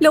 Lo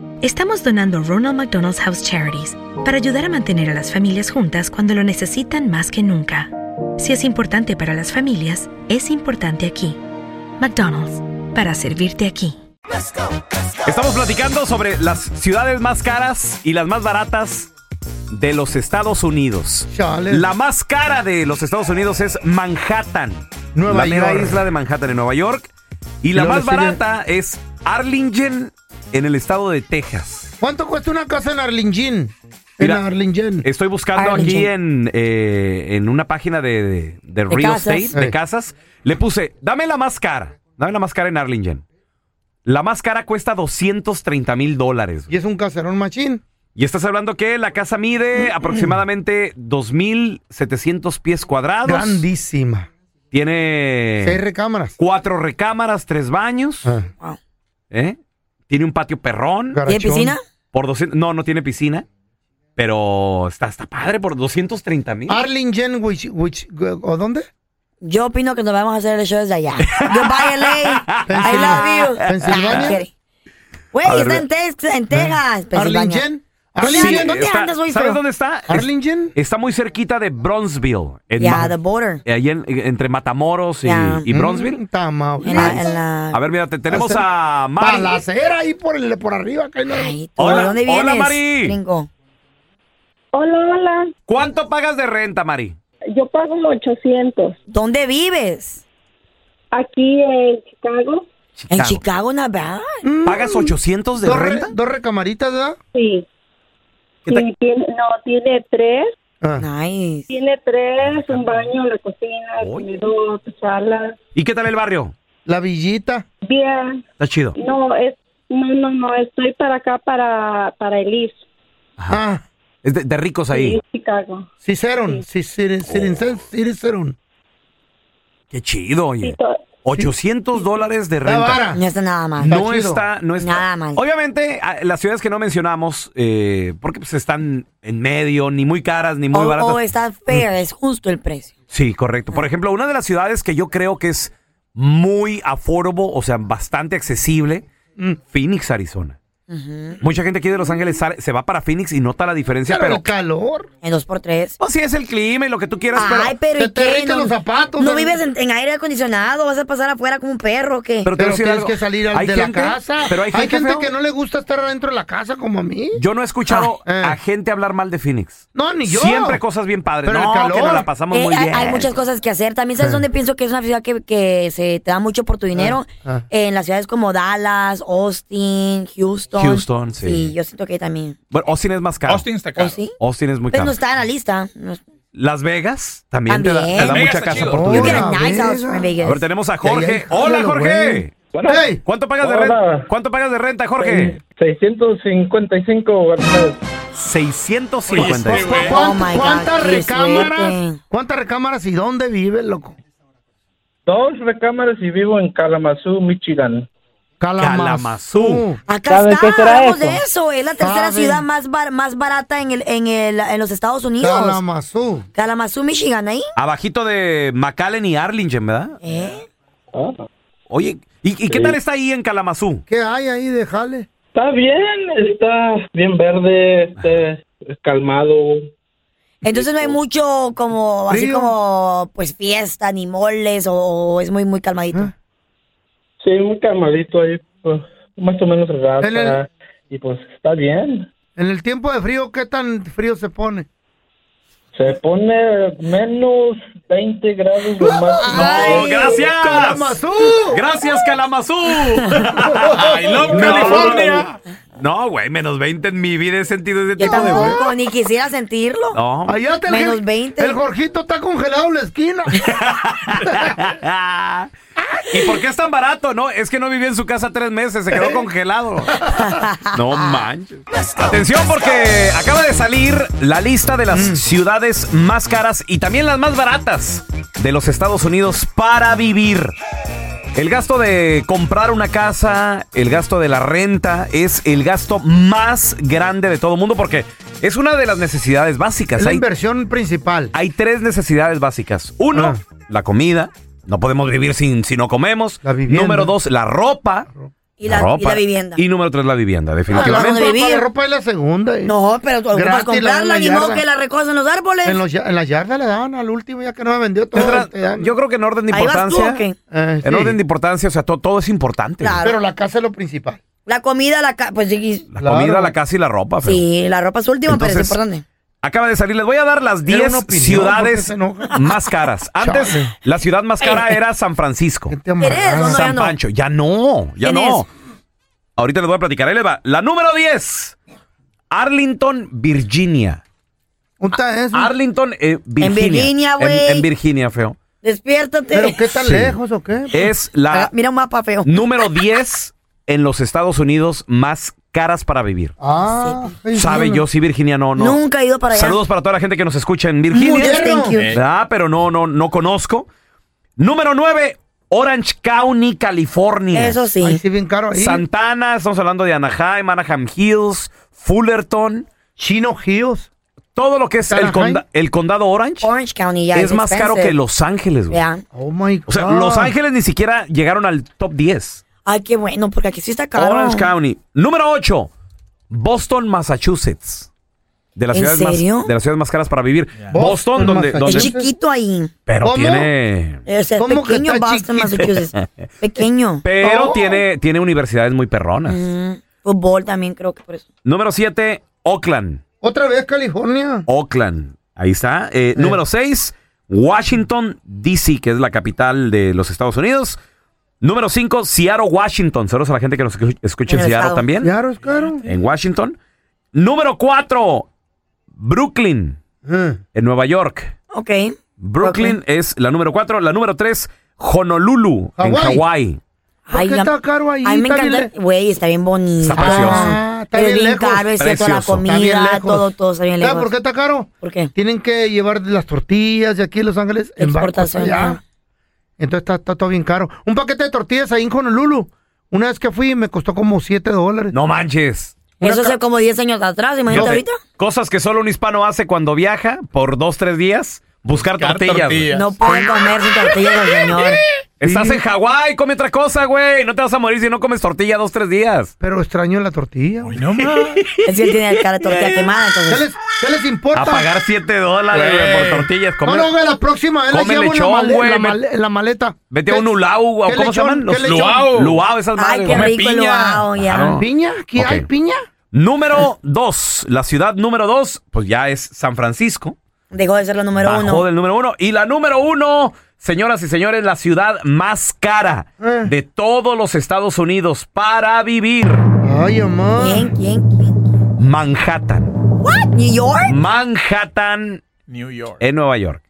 estamos donando Ronald McDonald's House Charities para ayudar a mantener a las familias juntas cuando lo necesitan más que nunca. Si es importante para las familias, es importante aquí. McDonald's, para servirte aquí. Estamos platicando sobre las ciudades más caras y las más baratas de los Estados Unidos. Chale. La más cara de los Estados Unidos es Manhattan. la Nueva mera York. isla de Manhattan en Nueva York. Y la luego más sigue- barata es Arlington en el estado de Texas. ¿Cuánto cuesta una casa en Arlington? En Mira, Eh. Arlington. Estoy buscando Arlington. aquí en, eh, en una página de, de- de real casas. estate, de Eh. casas. Le puse, dame la más cara. Dame la más cara en Arlington. La más cara cuesta 230 mil dólares. Y es un caserón machín. Y estás hablando que la casa mide aproximadamente 2.700 pies cuadrados. Grandísima. Seis Tiene recámaras. cuatro recámaras, tres baños. Ah, ¿eh? Tiene un patio perrón. garachón. ¿Tiene piscina? Por 200, no, no tiene piscina. Pero está, está padre por 230 mil. Arlington, which, which- ¿o dónde? Yo opino que nos vamos a hacer el show desde allá. Goodbye, LA. I love you. Pensilvania. Ah, okay. Güey, A ver, está en, Tex- en Texas. Pensilvania. Arlington. Arlington, Sí, Arlington. ¿dónde está- andas, güey, ¿Sabes feo? dónde está? Es- Arlington. Está muy cerquita de Bronzeville. en Yeah, Ma- the border. ahí en- entre Matamoros y, Ya. y Bronzeville. Mm, Tamaulipas. En la, en la... A ver, mira, te- tenemos Hacer- a Para Mari. la acera ahí por, el, por arriba. acá en la- Ay, tú, Hola, ¿de ¿dónde hola, vienes? Mari. gringo? Hola, hola. ¿Cuánto pagas de renta, Mari? Yo pago 800. ¿Dónde vives? Aquí en Chicago, En Chicago, una verdad. Mm. ¿Pagas 800 de dos, re- renta? dos recamaritas, ¿verdad? sí. ¿Qué te- Sí, tiene, no, tiene tres. Ah. Nice. Tiene tres, un baño, la cocina, el Ah, Oye. comedor, tu sala. ¿Y qué tal el barrio? La villita. Bien. Está chido. No, es, no, no, no, estoy para acá, para, para Elise, Ah, Es de, de ricos ahí. en Chicago. Cicerón. Oh. Cicerón. Cicerón. Qué chido, Sí, oye. to- 800 dólares de La renta. vara. No está nada mal. Está No chido. está, no está. Nada mal. Obviamente, a- las ciudades que no mencionamos, eh, porque pues están en medio, ni muy caras, ni muy Mm. o, baratas. o está fair, es justo el precio. Sí, correcto. Por ejemplo, una de las ciudades que yo creo que es muy affordable, o sea, bastante accesible, Mm. Phoenix, Arizona. Mucha gente aquí de Los Ángeles sale- se va para Phoenix y nota la diferencia, Pero pero... el calor. En dos por tres. No, sí, es el clima y lo que tú quieras, pero... Ay, pero te- ¿y te qué? irritan no, los zapatos, no ¿sabes? vives en, en aire acondicionado, vas a pasar afuera como un perro, ¿o ¿qué? Pero, te voy a Pero decir tienes algo. que salir al- Hay de gente- la casa. Pero hay gente, feo. que no le gusta estar adentro de la casa como a mí. Yo no he escuchado Ah, eh. a gente hablar mal de Phoenix. No, ni yo. Siempre cosas bien padres. Pero el no, que calor. nos la pasamos Eh, muy hay- bien. Hay muchas cosas que hacer. También sabes Sí. dónde pienso que es una ciudad que, que se te da mucho por tu dinero. ah. en las ciudades como Dallas, Austin, Houston. Houston, sí. yo siento que también. Bueno, Austin es más caro. Austin, Austin está caro. ¿O sí? es muy Pues caro. no está en la lista. No es- Las Vegas también, te da- te También. da, Las Vegas mucha está casa chido. por tu Hola, You dinero. get a nice Vega. house from Vegas. A ver, tenemos a Ya, Jorge. ya, Hola, háblalo, Jorge. güey. Ey, ¿Cuánto pagas de Hola. renta? ¿Cuánto pagas de renta, Jorge? 655 guardias. 650. Oye, sí, güey. ¿cuán- Oh my God, ¿Cuántas qué recámaras? suerte. ¿Cuántas recámaras y dónde vive, loco? Dos recámaras y vivo en Kalamazoo, Michigan. Kalamazoo. Acá ¿Saben está, qué será hablamos de eso? eso. Es la tercera ¿Saben? ciudad más, bar- más barata en, el, en, el, en los Estados Unidos. Kalamazoo. Kalamazoo, Michigan, ahí. Abajito de McAllen y Arlington, ¿verdad? ¿Eh? Ah, Oye, ¿y, y qué tal está ahí en Kalamazoo? ¿Qué hay ahí de jale? está bien, está bien verde, este, calmado. Entonces no hay mucho como, así Frío. como, pues fiesta, ni moles, o, o es muy, muy calmadito. Sí, un calmadito ahí, pues, más o menos En el- rata. Y pues está bien. En el tiempo de frío, ¿qué tan frío se pone? Se pone menos 20 grados lo máximo. ¡Ah! ¡Oh, gracias! ¡Kalamazoo! ¡Gracias, Kalamazoo! ¡I love California! No, güey, menos 20 en mi vida he sentido ese Yo tipo de... frío. tampoco, ni quisiera sentirlo. No. Allá está el Menos Jor- 20. El Jorgito está congelado en la esquina. ¿Y por qué es tan barato? No, es que no vivió en su casa tres meses, se quedó congelado. ¿Eh? No manches. Atención porque acaba de salir la lista de las ciudades más caras y también las más baratas de los Estados Unidos para vivir. El gasto de comprar una casa, el gasto de la renta, es el gasto más grande de todo el mundo porque es una de las necesidades básicas. Es la Hay- inversión principal. hay tres necesidades básicas. Uno, Ah. la comida. No podemos vivir sin, si no comemos. La vivienda. Número dos, la ropa. Y la, y la vivienda. Y número tres, la vivienda, Ah, la definitivamente. ¿dónde ropa, vivir? la ropa es la segunda. eh. No, pero tú ocupas Gratis, la comprarla, dan en ni la modo yarda. que la recojas en los árboles. En, los ya- en las yardas le daban al último, ya que no me vendió todo. Tendrá- te dan. yo creo que en orden de Ahí vas tú, importancia. ¿o qué? Eh, En sí. orden de importancia, o sea, to- todo es importante. Claro. Pero la casa es lo principal. La comida, la ca- pues sí, La Claro. comida, la casa y la ropa. feo. sí, la ropa es última, pero Entonces, es importante. Acaba de salir. Les voy a dar las Era 10 una opinión, ¿por qué ciudades se enoja? más caras. Antes, Chale. la ciudad más cara Eh. era San Francisco. Gente Eres, amarrada. no, ya San no. Pancho. Ya no, ya ¿Quién no. Ahorita les voy a platicar. Ahí les va. La número 10. Arlington, Virginia. Puta, es- Arlington, eh, Virginia. Virginia, En- güey. En, Virginia, feo. Despiértate. ¿Pero qué tan Sí. Eh, lejos o qué? Es Ah, la Mira un mapa feo. número 10 en los Estados Unidos más caras para vivir. Ah, sí, Sabe sí, yo si Virginia no, no. Nunca he ido para allá. Saludos para toda la gente que nos escucha en Virginia. Muchas thank you. Eh, Ah, pero no, no, no conozco. Número 9, Orange County, California. Eso sí. Ay, sí, bien caro ahí. Santana, estamos hablando de Anaheim, Anaheim Hills, Fullerton, Chino Hills. todo lo que es el, Anaheim. conda- el condado Orange Orange County ya es más caro que Los Ángeles, güey. Ya. Oh my God. O sea, Los Ángeles ni siquiera llegaron al top 10. Ay, qué bueno, porque aquí sí está caro. Orange County. Número 8, Boston, Massachusetts. De las, ¿En ciudades más, serio? de las ciudades más caras para vivir. Boston, Boston, donde, Massachusetts. donde- Es chiquito ahí. Pero ¿Cómo? tiene... Es ¿Cómo que pequeño está Boston, chiquito? Massachusetts. Pequeño. Pero Oh. tiene, tiene universidades muy perronas. Mm, Fútbol también creo que por eso. Número 7, Oakland. Otra vez California. Oakland. Ahí está. Eh, Número 6, Washington, D.C., que es la capital de los Estados Unidos. Número 5, Seattle, Washington. Saludos a la gente que nos escu- escucha en En el Seattle estado. también. Claro, es caro. En Washington. Número 4, Brooklyn, Eh. en Nueva York. Ok. Brooklyn es la número 4. La número 3, Honolulu, en Hawái. Hawái. ¿Por Ay, qué la- está caro ahí? Ay, me Está bien encanta. Güey, está bien bonito. Está precioso. Ah, está pero bien bien lejos. caro, es cierto, la Precioso. Está bien comida, lejos. todo, todo está bien ¿Sabes lejos. por qué está caro? ¿Por qué? Tienen que llevar las tortillas de aquí a Los Ángeles en barco hasta Exportación, pues, allá. ajá. Entonces está, está todo bien caro. Un paquete de tortillas ahí en Honolulu. Una vez que fui me costó como 7 dólares. No manches. Una Eso ca- hace como 10 años atrás, Yo imagínate sé, ahorita. Cosas que solo un hispano hace cuando viaja por dos, tres días. Buscar, tortillas. güey. No pueden comer sin tortillas al señor. Estás en Hawái, come otra cosa, güey. No te vas a morir si no comes tortilla dos, tres días. Pero extraño la tortilla. Es que él tiene el cara de tortilla quemada, ¿Qué entonces. les, qué les importa? A pagar siete dólares güey, por tortillas. No, Comer. no, güey, la próxima vez la come llevo en la, lechón, male- güey, la me- male- en la maleta. Vete a ¿Qué- un ulau, o qué ¿cómo se lechón? llaman? ¿Qué lechón? Luau, esas Ay, madres. qué güey. rico el wow, ya. Claro. ¿Piña? ¿Qué Ok. hay, piña? Número dos. La ciudad número dos, pues ya es San Francisco. Dejó de ser la número bajó uno. del número uno. Y la número uno, señoras y señores, la ciudad más cara Eh. de todos los Estados Unidos para vivir. Ay, mamá. ¿Quién, quién, quién? Manhattan. ¿What? ¿New York? Manhattan. New York. En Nueva York.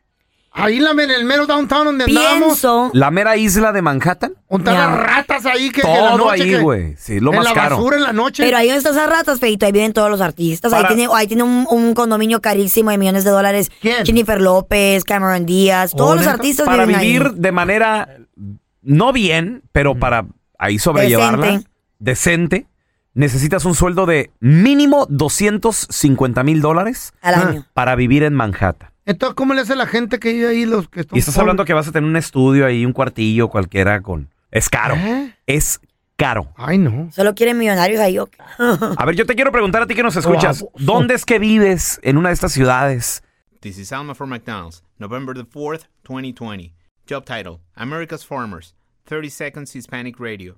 Ahí la, en el mero downtown donde andábamos. Pienso. La mera isla de Manhattan. Juntar Ya. las ratas ahí que que en la Todo noche ahí, que- güey. Sí, lo en más la caro. basura en la noche. Pero ahí donde están esas ratas, Feito, ahí vienen todos los artistas. Para- Ahí tiene, ahí tiene un, un condominio carísimo de millones de dólares. ¿Quién? Jennifer López, Cameron Díaz, todos los artistas Para viven ahí. vivir de manera no bien, pero para ahí sobrellevarla Decente. decente. necesitas un sueldo de mínimo 250 mil dólares Al año. para vivir en Manhattan. Entonces, ¿cómo le hace la gente que vive ahí los que están Y estás pobres? hablando que vas a tener un estudio ahí, un cuartillo cualquiera con... Es caro. ¿Eh? Es caro. Ay, no. Solo quieren millonarios ahí. ok. A ver, yo te quiero preguntar a ti que nos escuchas. Guapo. ¿Dónde es que vives en una de estas ciudades? This is Alma from McDonald's, November the 4th, 2020. Job title America's Farmers, 30 Seconds Hispanic Radio.